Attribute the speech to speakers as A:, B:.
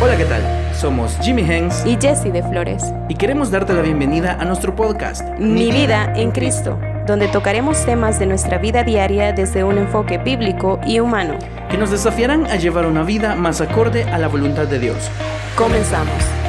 A: Hola, ¿qué tal? Somos Jimmy Hanks
B: y Jesse de Flores.
A: y queremos darte la bienvenida a nuestro podcast.
B: Mi vida en Cristo, donde tocaremos temas de nuestra vida diaria desde un enfoque bíblico y humano.
A: que nos desafiarán a llevar una vida más acorde a la voluntad de Dios.
B: Comenzamos.